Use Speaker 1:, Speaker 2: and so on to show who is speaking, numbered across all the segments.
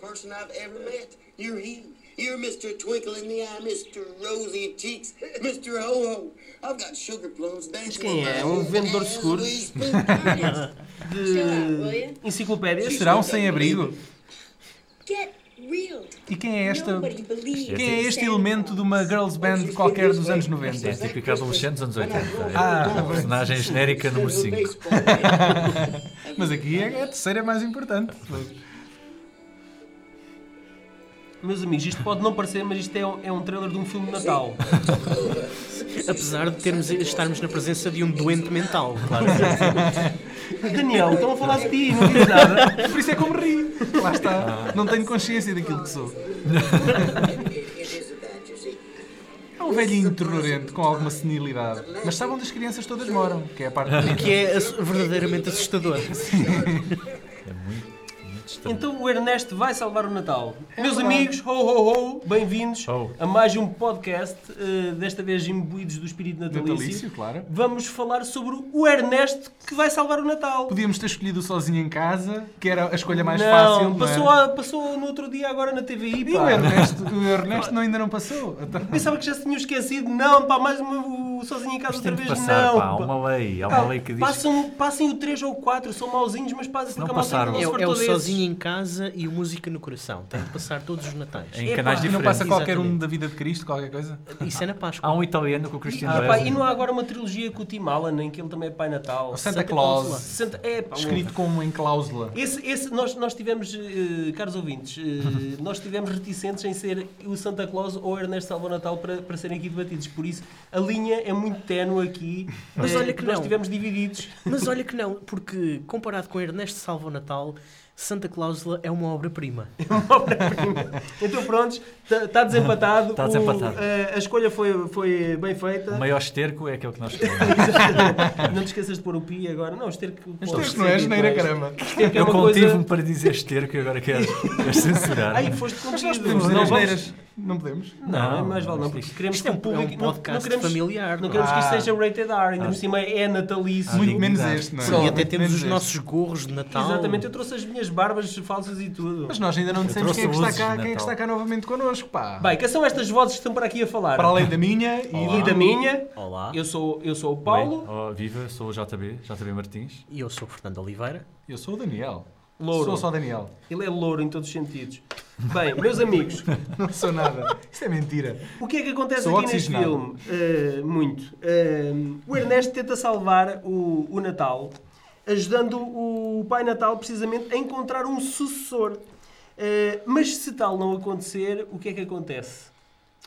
Speaker 1: person I've ever met. You're he. You're Mr. Twinkle in the Eye, Mr. Rosy Cheeks, Mr. Ho Ho. I've got sugar plums
Speaker 2: Mas
Speaker 1: dancing.
Speaker 2: quem
Speaker 1: in my
Speaker 2: é? Um
Speaker 1: head
Speaker 2: vendedor de
Speaker 1: as
Speaker 2: seguros?
Speaker 1: we speak.
Speaker 3: Sei lá, olha.
Speaker 2: de enciclopédia.
Speaker 4: Será um sem-abrigo?
Speaker 3: Get é real.
Speaker 4: E quem é esta?
Speaker 3: Nobody believes
Speaker 4: Quem é
Speaker 3: in
Speaker 4: este
Speaker 3: Santa
Speaker 4: elemento
Speaker 3: Claus.
Speaker 4: de uma girls band qualquer dos anos 90?
Speaker 5: É típico adolescente dos anos 80.
Speaker 4: Ah,
Speaker 5: É a personagem genérica número 5.
Speaker 4: Mas aqui é a terceira mais importante.
Speaker 2: Meus amigos, isto pode não parecer, mas isto é um, é um trailer de um filme de Natal.
Speaker 6: Apesar de termos, estarmos na presença de um doente mental, claro.
Speaker 2: Daniel, estão a falar de ti, não diz nada.
Speaker 4: Por isso é que eu me rio. Lá está. Não tenho consciência daquilo que sou. É um velhinho terrorente com alguma senilidade. Mas sabe onde as crianças todas moram, que é a parte bonita.
Speaker 6: Que é ass- verdadeiramente assustador.
Speaker 5: É muito, muito estranho.
Speaker 2: Então o Ernesto vai salvar o Natal. Meus amigos, ho ho ho, bem-vindos
Speaker 5: Ho.
Speaker 2: a mais um podcast, eh, desta vez imbuídos do espírito natalício.
Speaker 4: Natalício, claro.
Speaker 2: Vamos falar sobre o Ernesto que vai salvar o Natal.
Speaker 4: Podíamos ter escolhido o sozinho em casa, que era a escolha mais
Speaker 2: não,
Speaker 4: fácil. não
Speaker 2: passou,
Speaker 4: era?
Speaker 2: a- passou no outro dia agora na TVI,
Speaker 4: E o
Speaker 2: pá.
Speaker 4: Ernesto, o Ernesto não, ainda não passou. Então,
Speaker 2: Pensava que já se tinham esquecido. Não, pá, mais uma o sozinho em casa
Speaker 5: Tem
Speaker 2: outra
Speaker 5: de
Speaker 2: vez.
Speaker 5: passar,
Speaker 2: não,
Speaker 5: pá. Há
Speaker 2: pá.
Speaker 5: uma lei. Há
Speaker 2: Pá,
Speaker 5: uma lei que diz.
Speaker 2: passam, passem o 3 ou o 4, são mauzinhos, mas passem
Speaker 5: Não
Speaker 2: porque a malta ainda
Speaker 5: passaram.
Speaker 2: não
Speaker 6: É,
Speaker 2: se
Speaker 6: o- é
Speaker 2: fartou
Speaker 6: o
Speaker 2: desses.
Speaker 6: sozinho em casa e o música no coração. Tem de passar todos os natais.
Speaker 5: Em canais
Speaker 2: Epá,
Speaker 4: e não
Speaker 5: diferentes.
Speaker 4: passa qualquer um
Speaker 6: Exatamente.
Speaker 4: da vida de Cristo, qualquer coisa?
Speaker 6: Isso é na
Speaker 5: Há
Speaker 6: Páscoa.
Speaker 5: um italiano com o Cristiano
Speaker 2: Ah, pá, e
Speaker 5: Bale.
Speaker 2: não há agora uma trilogia com o Tim Allen em que ele também é Pai Natal?
Speaker 4: O Santa, Claus,
Speaker 2: Santa, é, pá,
Speaker 4: escrito como em cláusula.
Speaker 2: Esse, esse- nós, nós tivemos, eh, caros ouvintes, eh, nós tivemos reticentes em ser o Santa Claus ou o Ernesto Salvador Natal para, para serem aqui debatidos. Por isso, a linha é muito ténue aqui.
Speaker 6: Mas
Speaker 2: eh,
Speaker 6: olha que
Speaker 2: nós
Speaker 6: não.
Speaker 2: estivemos divididos.
Speaker 6: Mas olha que não, porque comparado com Ernesto Salvo Natal, Santa Cláusula é uma obra-prima.
Speaker 2: Então, prontos, está desempatado.
Speaker 5: Tá
Speaker 2: O-
Speaker 5: desempatado.
Speaker 2: eh, a escolha foi, foi bem feita.
Speaker 5: O maior esterco é aquele que nós queremos.
Speaker 2: Não te esqueças de pôr o pi agora. Não, ter que.
Speaker 4: Isto não é geneira, caramba.
Speaker 2: Ter que é
Speaker 5: Eu
Speaker 2: uma coisa.
Speaker 5: contive-me para dizer esterco e agora quero quero censurar.
Speaker 2: Ai, foste contigo.
Speaker 4: Nós podemos dizer
Speaker 2: Não
Speaker 4: as
Speaker 2: vamos-
Speaker 4: neiras. Não podemos.
Speaker 2: Não, é
Speaker 5: Não,
Speaker 2: mais vale não,
Speaker 5: mas
Speaker 2: porque
Speaker 5: isto-
Speaker 2: queremos
Speaker 6: Isto é
Speaker 2: que
Speaker 6: um,
Speaker 2: o público.
Speaker 6: é um
Speaker 2: não-
Speaker 6: podcast
Speaker 2: não, queremos,
Speaker 6: familiar.
Speaker 2: não
Speaker 6: Não,
Speaker 2: queremos que isto
Speaker 4: Ah.
Speaker 2: seja rated R, ainda por cima é natalício.
Speaker 4: Muito
Speaker 5: dignidade.
Speaker 4: menos este, não é?
Speaker 6: é? E até
Speaker 4: Muito
Speaker 6: temos
Speaker 4: menos
Speaker 6: os
Speaker 4: este.
Speaker 6: nossos gorros de Natal.
Speaker 2: Exatamente, eu
Speaker 4: Então-
Speaker 2: trouxe as minhas barbas falsas e tudo.
Speaker 4: Mas nós ainda não dissemos
Speaker 5: trouxe
Speaker 4: quem é, que está
Speaker 5: luzes
Speaker 4: cá,
Speaker 5: de
Speaker 4: quem é que está
Speaker 5: Natal.
Speaker 4: cá novamente connosco, pá.
Speaker 2: Bem, que são estas vozes que estão para aqui a falar?
Speaker 4: Para além da minha e,
Speaker 2: E da minha,
Speaker 6: Olá,
Speaker 2: eu sou, eu sou o
Speaker 5: Bem,
Speaker 2: Paulo
Speaker 5: oh, viva, sou o JB, JB Martins.
Speaker 6: e eu sou o Fernando Oliveira.
Speaker 4: Eu sou o Daniel.
Speaker 2: Louro.
Speaker 4: Sou só Daniel.
Speaker 2: Ele é louro em todos os sentidos. Bem, meus amigos,
Speaker 4: Não sou nada. Isso é mentira.
Speaker 2: O que é que acontece
Speaker 4: Sou
Speaker 2: aqui neste filme?
Speaker 4: oxigenado.
Speaker 2: Uh, muito. Uh, o Ernesto tenta salvar o, o Natal, ajudando o Pai Natal precisamente a encontrar um sucessor. Uh, mas se tal não acontecer, o que é que acontece?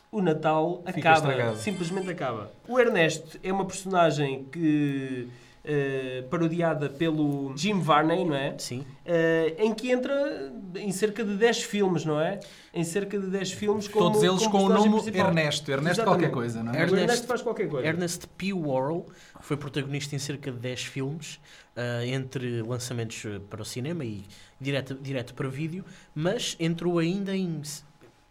Speaker 2: O Natal
Speaker 4: Fica
Speaker 2: acaba,
Speaker 4: estragado.
Speaker 2: simplesmente acaba. O Ernesto é uma personagem que uh, parodiada pelo Jim Varney, não é?
Speaker 6: Sim.
Speaker 2: Uh, em que entra em cerca de 10 filmes, não é? Em cerca de 10 filmes como
Speaker 4: Todos eles
Speaker 2: como
Speaker 4: com o
Speaker 2: personagem
Speaker 4: nome
Speaker 2: principal.
Speaker 4: Ernesto. Ernesto
Speaker 2: Exatamente.
Speaker 4: qualquer coisa, não é?
Speaker 2: O Ernesto
Speaker 6: Ernesto-
Speaker 2: faz qualquer coisa.
Speaker 6: Ernest P. Worrell foi protagonista em cerca de 10 filmes, ah, entre lançamentos eh, para o cinema e direto, direto para vídeo, mas entrou ainda em s-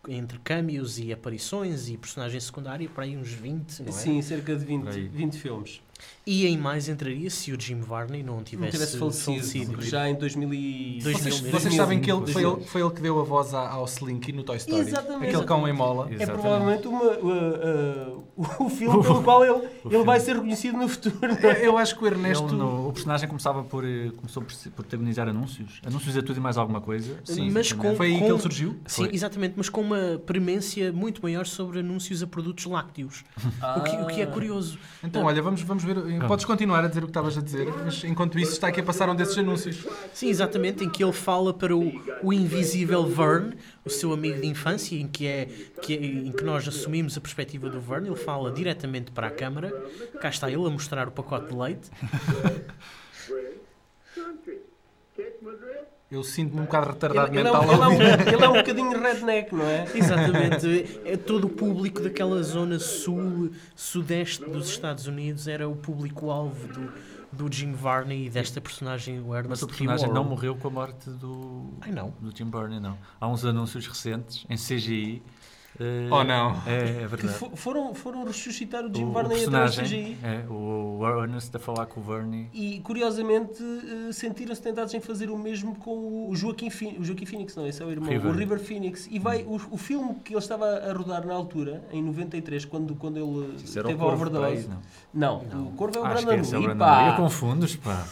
Speaker 6: entre cameos e aparições e personagem secundária para aí uns 20, não é?
Speaker 2: Sim, cerca de 20,
Speaker 5: Por aí.
Speaker 2: 20 filmes.
Speaker 6: E em mais entraria se o Jim Varney não
Speaker 2: Não
Speaker 6: tivesse,
Speaker 2: tivesse falecido, já em 2000 e...
Speaker 6: Dois
Speaker 4: Vocês,
Speaker 6: mil
Speaker 4: vocês
Speaker 6: mesmo.
Speaker 4: sabem é. que ele, foi,
Speaker 2: Dois mil.
Speaker 4: ele, foi ele que deu a voz a- ao Slinky no Toy Story.
Speaker 2: Exatamente.
Speaker 4: Aquele cão em mola.
Speaker 2: É
Speaker 5: Exatamente.
Speaker 2: provavelmente uma, uh, uh, o filme pelo qual ele, ele
Speaker 5: filme.
Speaker 2: vai ser reconhecido no futuro.
Speaker 4: Eu eu acho que o
Speaker 5: Ele
Speaker 4: Ernesto...
Speaker 5: no- o personagem começava por, eh, começou por se- por protagonizar anúncios. Anúncios a tudo e mais alguma coisa.
Speaker 6: Sim, mas
Speaker 5: exatamente.
Speaker 4: Foi aí
Speaker 6: Com-
Speaker 4: que ele surgiu.
Speaker 6: Sim, exatamente, mas com uma premência muito maior sobre anúncios a produtos lácteos. O, que, o que é curioso.
Speaker 4: Ah. Então, olha, vamos, vamos ver. Podes continuar a dizer o que estavas a dizer, mas enquanto isso está aqui a passar um desses anúncios.
Speaker 6: Sim, exatamente, em que ele fala para o, o invisível Vern, o seu amigo de infância, em que, é, que é- em que nós assumimos a perspectiva do Vern, ele fala diretamente para a câmara, cá está ele a mostrar o pacote de leite,
Speaker 4: Eu sinto-me um bocado retardado
Speaker 2: Ele, ele é
Speaker 4: mental.
Speaker 2: um, ele, é
Speaker 4: ao ouvir.
Speaker 2: um, ele é um bocadinho redneck, não é?
Speaker 6: exatamente, é todo o público daquela zona sul, sudeste dos Estados Unidos, era o público-alvo do, do Jim Varney e desta personagem, o Ernest
Speaker 5: Mas o
Speaker 6: P.
Speaker 5: personagem não
Speaker 6: Worrell.
Speaker 5: morreu com a morte do,
Speaker 6: Ai, não.
Speaker 5: do Tim Burney, não. Há uns anúncios recentes, em CGI, Eh,
Speaker 4: Oh, não.
Speaker 5: É, é
Speaker 2: Que
Speaker 5: verdade.
Speaker 2: fo- foram, foram ressuscitar o Jim
Speaker 5: o
Speaker 2: Varney atrás do CGI.
Speaker 5: personagem, é, o Ernest a falar com o Vernie.
Speaker 2: E curiosamente eh, sentiram-se tentados em fazer o mesmo com o Joaquim, Phoenix, o Joaquim Phoenix, não, esse é o irmão,
Speaker 5: River.
Speaker 2: o River Phoenix. E vai, o, o filme que ele estava a rodar na altura, em 93, quando, quando ele
Speaker 5: Isso era
Speaker 2: teve
Speaker 5: o
Speaker 2: a
Speaker 5: Corvo
Speaker 2: overdose.
Speaker 5: para aí,
Speaker 2: não. o Corvo é o
Speaker 5: Ah,
Speaker 2: Brandon
Speaker 5: esquece, é o
Speaker 2: Lee,
Speaker 5: Brandon Lee.
Speaker 2: pá.
Speaker 5: Eu confundo-os, pá.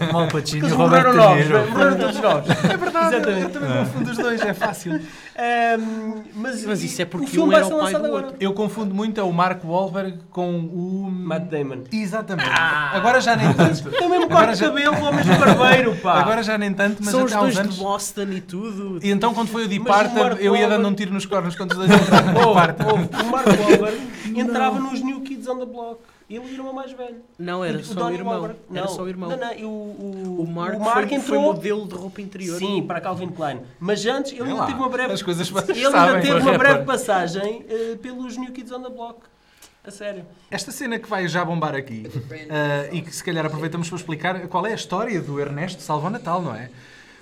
Speaker 5: É como o Al Pacino e
Speaker 2: Eles
Speaker 5: o
Speaker 2: morreram
Speaker 5: Robert
Speaker 2: nós,
Speaker 5: De
Speaker 2: não é?
Speaker 5: Niro.
Speaker 2: morreram todos nós.
Speaker 4: É verdade, eu- eu
Speaker 2: Exatamente.
Speaker 4: também confundo os dois, é fácil.
Speaker 2: Ahm, Ehm, mas,
Speaker 6: Mas isso é porque
Speaker 2: o filme
Speaker 6: um
Speaker 2: vai
Speaker 6: era
Speaker 2: ser
Speaker 6: o pai
Speaker 2: lançado
Speaker 6: do
Speaker 2: agora.
Speaker 6: outro.
Speaker 4: Eu confundo muito é o Mark Wahlberg com o...
Speaker 2: Matt Damon.
Speaker 4: Exatamente. Agora já nem tanto.
Speaker 2: Tem o mesmo
Speaker 4: Agora
Speaker 2: corte de
Speaker 4: já-
Speaker 2: cabelo, o mesmo barbeiro, pá.
Speaker 4: Agora já nem tanto, mas
Speaker 6: São os
Speaker 4: até há uns
Speaker 6: dois
Speaker 4: anos...
Speaker 6: de Boston e tudo.
Speaker 4: E então quando foi o
Speaker 2: Mas o Mark
Speaker 4: Departed, eu ia
Speaker 2: Wahlberg-
Speaker 4: dando um tiro nos cornos quando os dois entraram no
Speaker 2: Ouve,
Speaker 4: Departed.
Speaker 2: ouve, o Mark Wahlberg um entrava nos New Kids on the Block. Ele e o irmão mais velho.
Speaker 6: Não, era
Speaker 2: O
Speaker 6: só o
Speaker 2: Donnie
Speaker 6: irmão.
Speaker 2: Wahlberg.
Speaker 6: Era
Speaker 2: Não,
Speaker 6: só o irmão.
Speaker 2: Não, não, e o, o,
Speaker 6: O Mark, foi, foi
Speaker 2: entrou.
Speaker 6: modelo de roupa interior.
Speaker 2: Sim, para Calvin Klein. Mas antes, ele
Speaker 4: Vê
Speaker 2: ainda
Speaker 4: lá,
Speaker 2: teve uma breve,
Speaker 4: As coisas vocês
Speaker 2: ele ainda
Speaker 4: sabem.
Speaker 2: teve
Speaker 5: foi
Speaker 2: uma
Speaker 5: rapper.
Speaker 2: breve passagem eh, pelos New Kids on the Block. A sério.
Speaker 4: Esta cena que vai já bombar aqui, ah, e que se calhar aproveitamos para explicar qual é a história do Ernesto Salvão Natal, não é?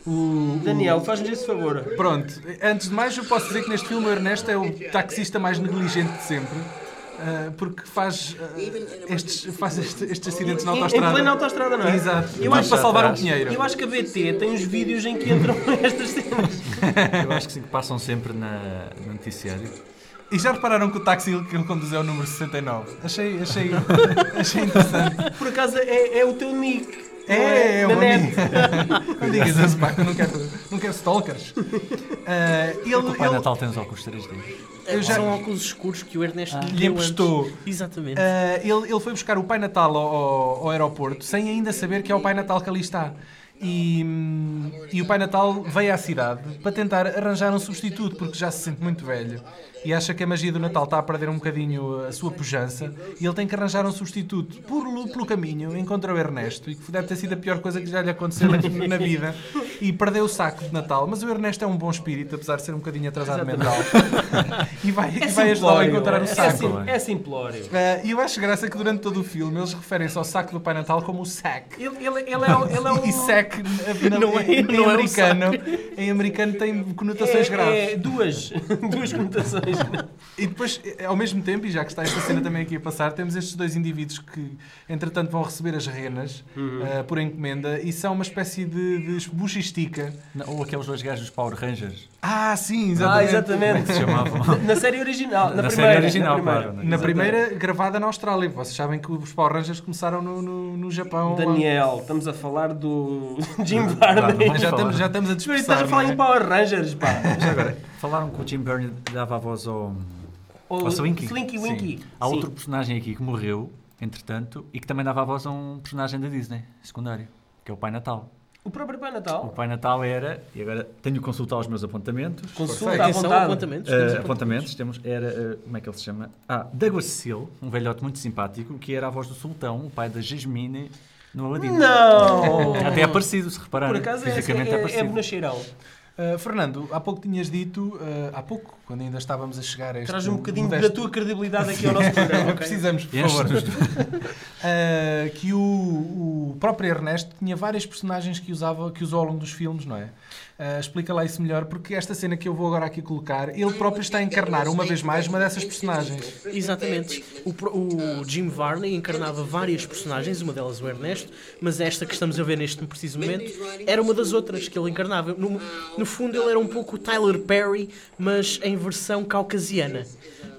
Speaker 4: O,
Speaker 2: Daniel, faz-nos esse favor.
Speaker 4: Pronto, antes de mais eu posso dizer que neste filme o Ernesto é o taxista mais negligente de sempre. ah, porque faz, ah, estes, faz este- estes acidentes na
Speaker 2: Em-
Speaker 4: autostrada.
Speaker 2: Em plena autostrada, não é?
Speaker 4: Exato.
Speaker 2: Eu
Speaker 4: Tudo
Speaker 2: acho,
Speaker 4: para salvar um dinheiro.
Speaker 2: eu acho que a BT tem uns vídeos em que entram estas cenas.
Speaker 5: Eu acho que sim, que passam sempre na, no noticiário.
Speaker 4: E já repararam que o táxi que ele conduz é o número 69? Achei, achei, achei interessante.
Speaker 2: Por acaso é, é o teu nick. não
Speaker 4: É, é
Speaker 2: Na
Speaker 4: o
Speaker 2: net.
Speaker 4: amigo. Não digas isso, pá, que eu não quero, não quero stalkers. Ah, ele,
Speaker 5: O Pai
Speaker 4: ele-
Speaker 5: Natal tem os óculos 3D.
Speaker 4: eu já-
Speaker 6: São óculos escuros que o Ernesto lhe
Speaker 4: Lhe
Speaker 6: deu
Speaker 4: emprestou.
Speaker 6: antes. Exatamente.
Speaker 4: Ah, ele, ele foi buscar o Pai Natal ao, ao- ao aeroporto sem ainda saber que é o Pai Natal que ali está. E, hum, e o Pai Natal veio à cidade para tentar arranjar um substituto, porque já se sente muito velho e acha que a magia do Natal está a perder um bocadinho a sua pujança e ele tem que arranjar um substituto. Por, lu- pelo caminho encontra o Ernesto, e que deve ter sido a pior coisa que já lhe aconteceu na, na vida, e perdeu o saco de Natal. Mas o Ernesto é um bom espírito, apesar de ser um bocadinho atrasado mental, e vai, e vai ajudá-lo a
Speaker 2: simplório,
Speaker 4: encontrar
Speaker 2: é
Speaker 4: o saco.
Speaker 2: sim- É simplório.
Speaker 4: Ah, E eu acho graça que durante todo o filme eles referem-se ao saco do Pai Natal como o sack.
Speaker 2: Ele, ele, ele é, o- ele é o.
Speaker 4: E sack eh, na-
Speaker 6: Não é-
Speaker 4: em,
Speaker 6: não é um
Speaker 4: americano, em americano tem conotações
Speaker 2: é,
Speaker 4: graves.
Speaker 2: É, duas. duas conotações.
Speaker 4: E depois, eh, ao mesmo tempo, e já que está esta cena também aqui a passar, temos estes dois indivíduos que, entretanto, vão receber as renas
Speaker 2: Uhum.
Speaker 4: ah, por encomenda e são uma espécie de, de buchistica.
Speaker 5: Não, ou aqueles dois gajos dos Power Rangers.
Speaker 4: Ah, sim,
Speaker 2: ah, exatamente.
Speaker 4: exatamente.
Speaker 5: Como é que se chamavam?
Speaker 2: Na série original. Na,
Speaker 5: Na
Speaker 2: primeira,
Speaker 5: série original,
Speaker 2: na primeira.
Speaker 5: claro, né?
Speaker 4: Na primeira, gravada na Austrália. Vocês sabem que os Power Rangers começaram no, no, no Japão. lá-
Speaker 2: Daniel, estamos a falar do Jim Varney.
Speaker 5: Vamos
Speaker 4: Já
Speaker 5: falar.
Speaker 4: estamos, já estamos a dispersar.
Speaker 2: Estás a falar
Speaker 4: não é?
Speaker 2: em Power Rangers, pá.
Speaker 5: Já agora, falaram que o Jim Burney dava a voz ao,
Speaker 2: Ou
Speaker 5: ao Slinky.
Speaker 2: Slinky Winky.
Speaker 5: Sim. Há
Speaker 2: Sim.
Speaker 5: outro personagem aqui que morreu, entretanto, e que também dava a voz a um personagem da Disney, secundário, que é o Pai Natal.
Speaker 2: O próprio Pai
Speaker 5: O
Speaker 2: Natal.
Speaker 5: Pai Natal era, e agora tenho que consultar os meus apontamentos.
Speaker 2: Consulta à
Speaker 6: Atenção,
Speaker 2: vontade.
Speaker 6: apontamentos.
Speaker 5: Eh,
Speaker 6: temos
Speaker 5: apontamentos, temos, era, eh, como é que ele se chama? Ah, Douglas Seal, um velhote muito simpático, que era a voz do Sultão, o pai da Jasmine no Aladino.
Speaker 2: Não!
Speaker 5: Até é parecido, se repararem.
Speaker 2: Por acaso é,
Speaker 5: fisicamente
Speaker 2: é, é, é
Speaker 5: parecido.
Speaker 2: bonacheirão.
Speaker 4: Uh, Fernando, há pouco tinhas dito, uh, há pouco, quando ainda estávamos a chegar a este
Speaker 2: Traz um bocadinho da
Speaker 4: modesto-
Speaker 2: tua credibilidade aqui ao nosso programa. ok?
Speaker 4: Precisamos, por favor.
Speaker 5: Enche-nos
Speaker 4: Uh, que o, o próprio Ernesto tinha vários personagens que, usava, que usou ao longo dos filmes, não é? Uh, explica lá isso melhor, porque esta cena que eu vou agora aqui colocar, ele próprio está a encarnar uma vez mais uma dessas personagens.
Speaker 6: Exatamente. O, pro- o Jim Varney encarnava várias personagens, uma delas o Ernesto, mas esta que estamos a ver neste preciso momento era uma das outras que ele encarnava. No, no fundo, ele era um pouco o Tyler Perry, mas em versão caucasiana.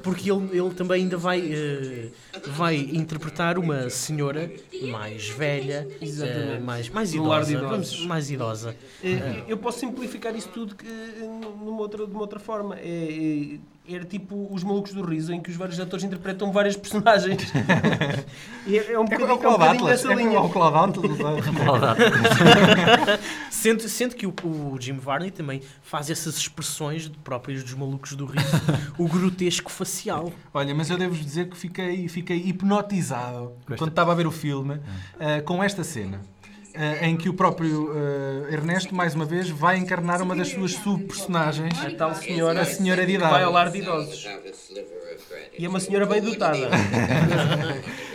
Speaker 6: Porque ele, ele também ainda vai, eh, vai interpretar uma senhora mais velha, eh,
Speaker 2: Exatamente.
Speaker 6: mais, mais
Speaker 2: No lar de
Speaker 6: idosa,
Speaker 2: idosos.
Speaker 6: vamos, mais idosa.
Speaker 4: Uhum.
Speaker 2: Eh, Eu posso simplificar isso tudo que, eh, numa outra, de uma outra forma. É, é- era tipo os malucos do riso, em que os vários atores interpretam vários personagens. E é, é um
Speaker 4: É
Speaker 2: bocadinho,
Speaker 4: como
Speaker 2: é
Speaker 4: o
Speaker 2: um
Speaker 4: Cloud
Speaker 2: bocadinho
Speaker 4: Atlas.
Speaker 2: dessa
Speaker 4: É
Speaker 2: linha.
Speaker 4: como o Cloud Atlas.
Speaker 6: Sendo, sendo que o, o Jim Varney também faz essas expressões de- próprias dos malucos do riso, o grotesco facial.
Speaker 4: Olha, mas eu devo-vos dizer que fiquei, fiquei hipnotizado quando estava a ver o filme ah, com esta cena. ah, em que o próprio ah, Ernesto, mais uma vez, vai encarnar uma das suas subpersonagens.
Speaker 2: A tal senhora,
Speaker 4: Tá, A senhora de
Speaker 2: que
Speaker 4: idade.
Speaker 2: vai ao lar de idosos. E é uma senhora bem dotada.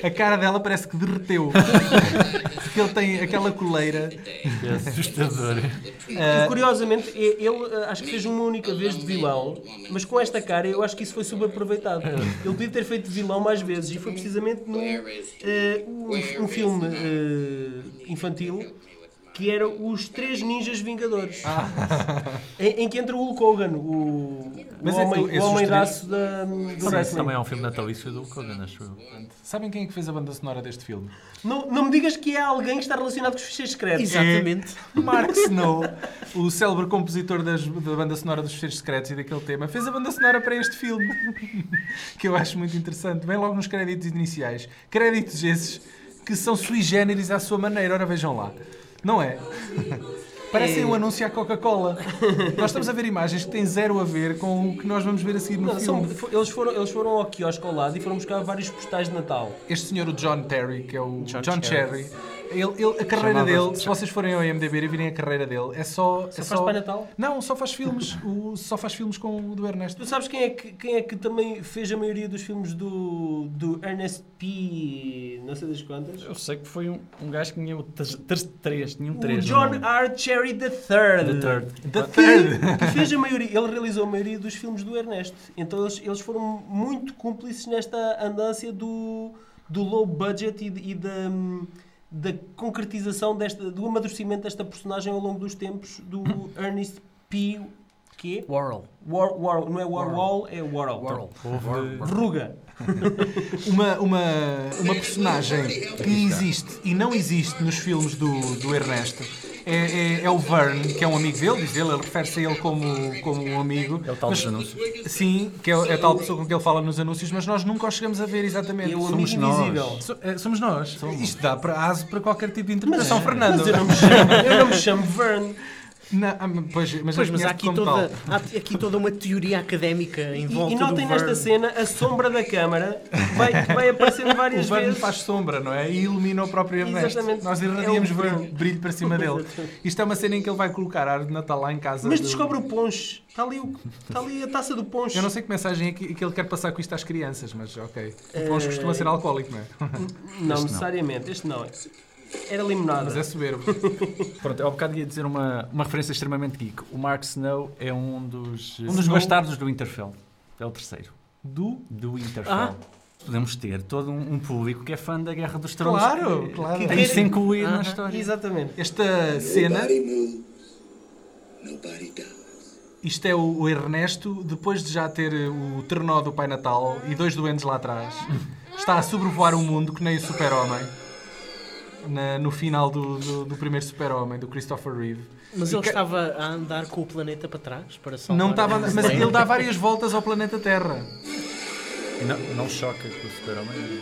Speaker 4: A cara dela parece que derreteu. porque ele tem aquela coleira.
Speaker 5: É assustador. Ah,
Speaker 2: E curiosamente, e- ele eh, acho que fez uma única vez de vilão, mas com esta cara eu acho que isso foi subaproveitado. Ele podia ter feito vilão mais vezes e foi precisamente num eh, um, um filme eh, infantil que era Os Três Ninjas Vingadores. Em, em que entra o Hulk Hogan, o,
Speaker 5: Ah. Mas
Speaker 2: o
Speaker 5: é que
Speaker 2: homem,
Speaker 5: esses
Speaker 2: o homem
Speaker 5: três-
Speaker 2: daço da, do
Speaker 5: Sim, esse
Speaker 2: wrestling.
Speaker 5: também é um filme natalício do Kogan, acho eu.
Speaker 4: Sabem quem é que fez a banda sonora deste filme?
Speaker 5: um-
Speaker 2: Não, não me digas que é alguém que está relacionado com os fecheiros
Speaker 4: É.
Speaker 2: secretos.
Speaker 6: Exatamente.
Speaker 4: Mark Snow, o célebre compositor das- da banda sonora dos Fecheiros Secretos e daquele tema, fez a banda sonora para este filme, que eu acho muito interessante. Vem logo nos créditos iniciais. Créditos esses que são sui generis à sua maneira. Ora, vejam lá. Não é?
Speaker 2: É.
Speaker 4: Parecem um anúncio à Coca-Cola. Nós estamos a ver imagens que têm zero a ver com o que nós vamos ver a seguir no
Speaker 2: Não, são-
Speaker 4: filme.
Speaker 2: fo- eles, foram, eles foram ao quiosque ao lado e foram buscar vários postais de Natal.
Speaker 4: Este senhor, o John Terry, que é o John,
Speaker 6: John
Speaker 4: Cherry, ele, ele- a carreira
Speaker 5: Chamava-se-
Speaker 4: dele, se vocês forem ao IMDb e virem a carreira dele, é só. é
Speaker 2: faz Pai Natal?
Speaker 4: Não, só faz filmes. o, só faz filmes com o do Ernesto.
Speaker 2: Tu sabes quem é que, quem é que também fez a maioria dos filmes do, do Ernest P. não sei das quantas?
Speaker 5: Eu sei que foi um, um gajo que tinha o ter- ter- três, tinha um
Speaker 2: O
Speaker 5: três.
Speaker 2: John
Speaker 5: no nome.
Speaker 2: R. Cherry III.
Speaker 5: The Third.
Speaker 2: The Third. Que fez a maioria, ele realizou a maioria dos filmes do Ernest. Então eles, eles foram muito cúmplices nesta andância do, do low budget e, de- e da, da concretização, desta, do amadurecimento desta personagem ao longo dos tempos do Ernest P. que
Speaker 6: Warhol.
Speaker 2: War, War, não é Warhol, é Warhol.
Speaker 6: Warhol.
Speaker 4: Então,
Speaker 2: Ruga.
Speaker 4: Uma, uma, uma personagem que existe e não existe nos filmes do, do Ernesto. É, é- é o Vern, que é um amigo dele, diz ele, ele refere-se a ele como, como um amigo.
Speaker 5: É o tal
Speaker 4: Mas-
Speaker 5: dos anúncios.
Speaker 4: Sim, que é, é a tal pessoa com que ele fala nos anúncios, mas nós nunca os chegamos a ver exatamente.
Speaker 2: É o
Speaker 4: Somos
Speaker 2: amigo
Speaker 5: nós.
Speaker 2: invisível.
Speaker 4: So- eh, somos nós. Isto dá para aso para qualquer tipo de interpretação, Fernando.
Speaker 2: É. Mas eu não me chamo, eu não me chamo Vern.
Speaker 4: Não, ah, mas- pois, mas,
Speaker 6: Pois,
Speaker 4: eu
Speaker 6: mas há
Speaker 4: conheço-te
Speaker 6: aqui,
Speaker 4: como
Speaker 6: toda,
Speaker 4: tal.
Speaker 6: há aqui toda uma teoria académica em
Speaker 2: E,
Speaker 6: volta
Speaker 2: e notem
Speaker 6: do
Speaker 2: nesta
Speaker 6: Verne.
Speaker 2: cena a sombra da câmara que vai, que vai aparecendo
Speaker 4: O
Speaker 2: várias
Speaker 4: Verne
Speaker 2: vezes.
Speaker 4: faz sombra, não é? E ilumina o próprio Ernesto.
Speaker 2: Exatamente.
Speaker 4: Nós irradiamos
Speaker 2: É o
Speaker 4: brilho,
Speaker 2: brilho.
Speaker 4: brilho para cima dele.
Speaker 2: Exatamente.
Speaker 4: Isto é uma cena em que ele vai colocar a árvore de Natal lá em casa.
Speaker 2: Mas
Speaker 4: do-
Speaker 2: descobre o ponche. Está ali, o- está ali a taça do ponche.
Speaker 4: Eu não sei que mensagem é que, que ele quer passar com isto às crianças, mas ok.
Speaker 2: É-
Speaker 4: O Pons costuma ser alcoólico, não é?
Speaker 2: Ah. Não, necessariamente. Este não. Era limonada.
Speaker 4: Mas é soberbo.
Speaker 5: Pronto, eu há bocado ia dizer uma, uma referência extremamente geek. O Mark Snow é um dos, um dos
Speaker 4: Snow-
Speaker 5: bastardos do Interfell. É o terceiro.
Speaker 4: Do?
Speaker 5: Do Interfell.
Speaker 6: Ah.
Speaker 5: Podemos ter todo um, um público que é fã da Guerra dos Tronos.
Speaker 4: Claro,
Speaker 5: que,
Speaker 4: claro.
Speaker 5: Que tem que se incluir na história.
Speaker 2: Exatamente.
Speaker 4: Esta cena,
Speaker 1: Nobody moves. Nobody dies.
Speaker 4: isto é o, o Ernesto, depois de já ter eh, o ternó do Pai Natal e dois doentes lá atrás, está a sobrevoar o mundo que nem o Super-Homem. na- no final do, do, do primeiro Super-Homem, do Christopher Reeve.
Speaker 6: Mas
Speaker 4: E
Speaker 6: ele
Speaker 4: que-
Speaker 6: estava a andar com o planeta para trás? Para salvar
Speaker 4: Não estava, a andar- mas
Speaker 6: Bem,
Speaker 4: ele dá várias voltas ao planeta Terra.
Speaker 5: Não, não choca com o Super-Homem.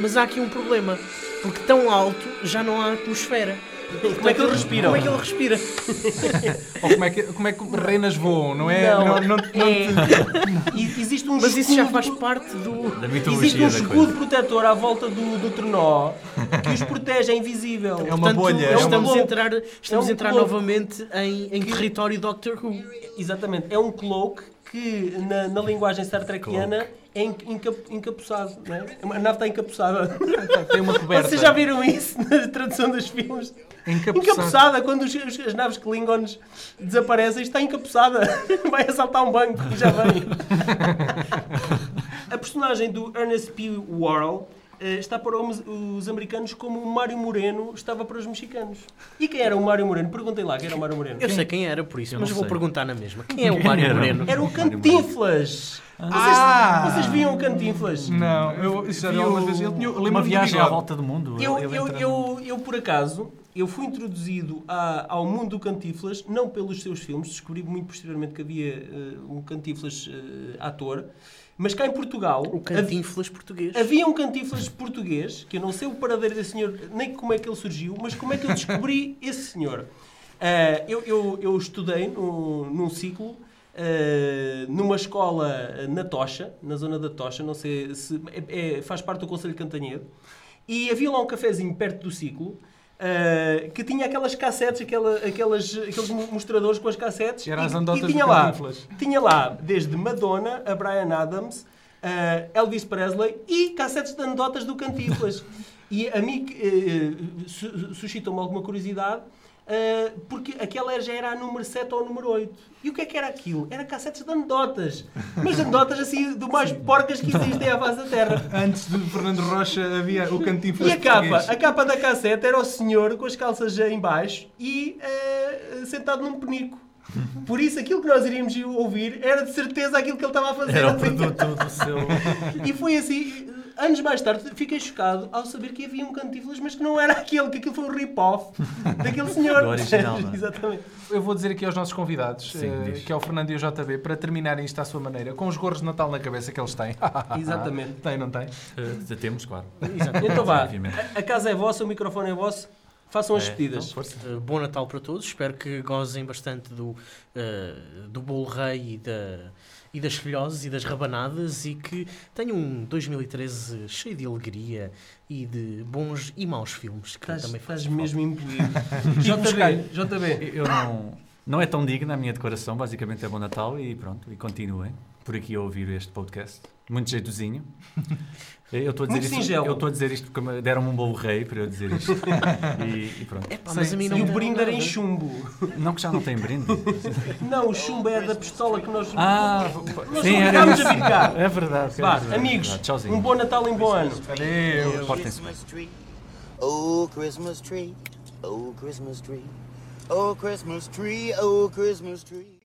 Speaker 6: mas há aqui um problema. Porque tão alto já não há atmosfera.
Speaker 2: Como é que ele respira?
Speaker 6: Como é que ele respira?
Speaker 4: Ou como é que, como é que renas voam, não é?
Speaker 2: Não.
Speaker 4: Não, não, não-
Speaker 2: E- Existe um
Speaker 6: Mas isso já
Speaker 2: escudo-
Speaker 6: faz parte do.
Speaker 2: Existe
Speaker 5: Da
Speaker 2: um
Speaker 5: mitologia da
Speaker 2: escudo
Speaker 5: coisa.
Speaker 2: protetor à volta do, do trenó que os protege, é invisível.
Speaker 4: É uma bolha, é uma
Speaker 6: estamos a
Speaker 2: cloak.
Speaker 6: entrar, estamos
Speaker 2: É um
Speaker 6: a entrar
Speaker 2: globo.
Speaker 6: novamente em, em território Doctor Who.
Speaker 2: Exatamente. É um cloak que, na, na linguagem Star Trekiana, é en- encap- encapuçado. não é? A nave está encapuçada.
Speaker 4: tem uma coberta.
Speaker 2: Vocês já viram isso na tradução dos filmes?
Speaker 4: Encapuçada.
Speaker 2: Encapuçada, quando os- os- as naves Klingons desaparecem, está encapuçada. Vai assaltar um banco e já vem. A personagem do Ernest P. Worrell eh, está para os, os americanos como o Mário Moreno estava para os mexicanos. E quem era o Mário Moreno? Perguntem lá quem era o Mário Moreno.
Speaker 6: Eu sei quem era por isso,
Speaker 5: Eu
Speaker 6: mas
Speaker 5: não
Speaker 6: vou
Speaker 5: sei.
Speaker 6: perguntar na mesma. Quem é o
Speaker 5: Quem
Speaker 6: Mário
Speaker 5: era?
Speaker 6: Moreno?
Speaker 2: Era o Cantinflas.
Speaker 4: Ah!
Speaker 2: Vocês viam o Cantinflas?
Speaker 4: Não, eu isso já vi
Speaker 5: Viu
Speaker 4: algumas vezes. Ele tinha, eu lembro-me
Speaker 5: uma
Speaker 4: do
Speaker 5: viagem à
Speaker 4: bigode.
Speaker 5: volta do mundo.
Speaker 2: Eu,
Speaker 5: ele
Speaker 2: eu,
Speaker 5: entra no-
Speaker 2: eu, eu, por acaso, eu fui introduzido a- ao mundo do Cantiflas, não pelos seus filmes, descobri muito posteriormente que havia eh, um Cantiflas eh, ator, mas cá em Portugal
Speaker 6: O
Speaker 2: hav-
Speaker 6: Um Cantinflas português.
Speaker 2: havia um Cantiflas português, que eu não sei o paradeiro desse senhor, nem como é que ele surgiu, mas como é que eu descobri esse senhor. Ah, eu, eu, eu estudei num, num ciclo, ah, numa escola ah, na Tocha, na zona da Tocha, não sei se é- é- faz parte do Conselho de Cantanhedo, e havia lá um cafezinho perto do ciclo. ah, que tinha aquelas cassetes, aquela, aquelas, aqueles mo- mostradores com as cassetes
Speaker 4: Era
Speaker 2: e-
Speaker 4: as
Speaker 2: e,
Speaker 4: andotas do
Speaker 2: tinha lá
Speaker 4: Cantinflas.
Speaker 2: tinha lá desde Madonna a Brian Adams, a Elvis Presley e cassetes de anedotas do Cantinflas. E a mim que, eh, eh, su- suscitou-me alguma curiosidade, eh, porque aquela já era a número 7 ou a número 8. E o que é que era aquilo? Era cassetes de anedotas. Mas anedotas assim, do mais porcas que existem à face da Terra.
Speaker 4: Antes de Fernando Rocha havia o cantinflas
Speaker 2: E a capa?
Speaker 4: português.
Speaker 2: A capa da cassete era o senhor com as calças em baixo e eh, sentado num penico. Por isso, aquilo que nós iríamos ouvir era de certeza aquilo que ele estava a fazer.
Speaker 5: Era o produto do seu.
Speaker 2: E foi assim, anos mais tarde, fiquei chocado ao saber que havia um cantífilas, mas que não era aquele, que aquilo foi um rip-off daquele senhor.
Speaker 5: Do original, não é?
Speaker 2: Exatamente.
Speaker 4: Eu vou dizer aqui aos nossos convidados,
Speaker 5: Sim,
Speaker 4: eh,
Speaker 5: diz.
Speaker 4: que é o Fernando e o JB, para terminarem isto à sua maneira, com os gorros de Natal na cabeça que eles têm.
Speaker 2: Exatamente.
Speaker 4: tem, não tem?
Speaker 5: Eh, Temos, claro.
Speaker 2: Então vá,
Speaker 5: Obviamente.
Speaker 2: a- a casa é vossa, o microfone é vosso, façam as
Speaker 5: É,
Speaker 2: despedidas.
Speaker 5: então, força.
Speaker 6: Uh, bom Natal para todos, espero que gozem bastante do, uh, do bolo rei e, da, e das filhoses e das rabanadas e que tenham um 2013 cheio de alegria e de bons e maus filmes que
Speaker 2: Estás-
Speaker 6: também
Speaker 2: Estás
Speaker 6: fazem falta.
Speaker 2: mesmo impelido.
Speaker 4: buscar.
Speaker 2: JB, JB.
Speaker 5: Eu não. Não é tão digna a minha decoração, basicamente é Bom Natal e pronto, e continuem por aqui a ouvir este podcast. Muito jeitozinho. Eu estou a dizer
Speaker 2: Muito
Speaker 5: isto,
Speaker 2: singelo.
Speaker 5: eu estou a dizer isto porque me- deram-me um bolo rei para eu dizer isto. E, e pronto.
Speaker 6: Epá, mas a mim não
Speaker 2: E o
Speaker 6: me deram
Speaker 2: brinde era em
Speaker 6: nada.
Speaker 2: chumbo.
Speaker 5: Não que já não tem brinde.
Speaker 2: Não, o chumbo é da pistola que nós.
Speaker 5: Ah,
Speaker 2: Nós não ficámos a brincar.
Speaker 5: É verdade.
Speaker 2: Vá,
Speaker 5: é verdade.
Speaker 2: amigos,
Speaker 5: Tchauzinho.
Speaker 2: um bom Natal e um bom ano.
Speaker 1: Oh,
Speaker 5: portem-se bem.
Speaker 1: Christmas tree. Oh, Christmas tree. Oh, Christmas tree. Oh, Christmas tree. Oh, Christmas tree.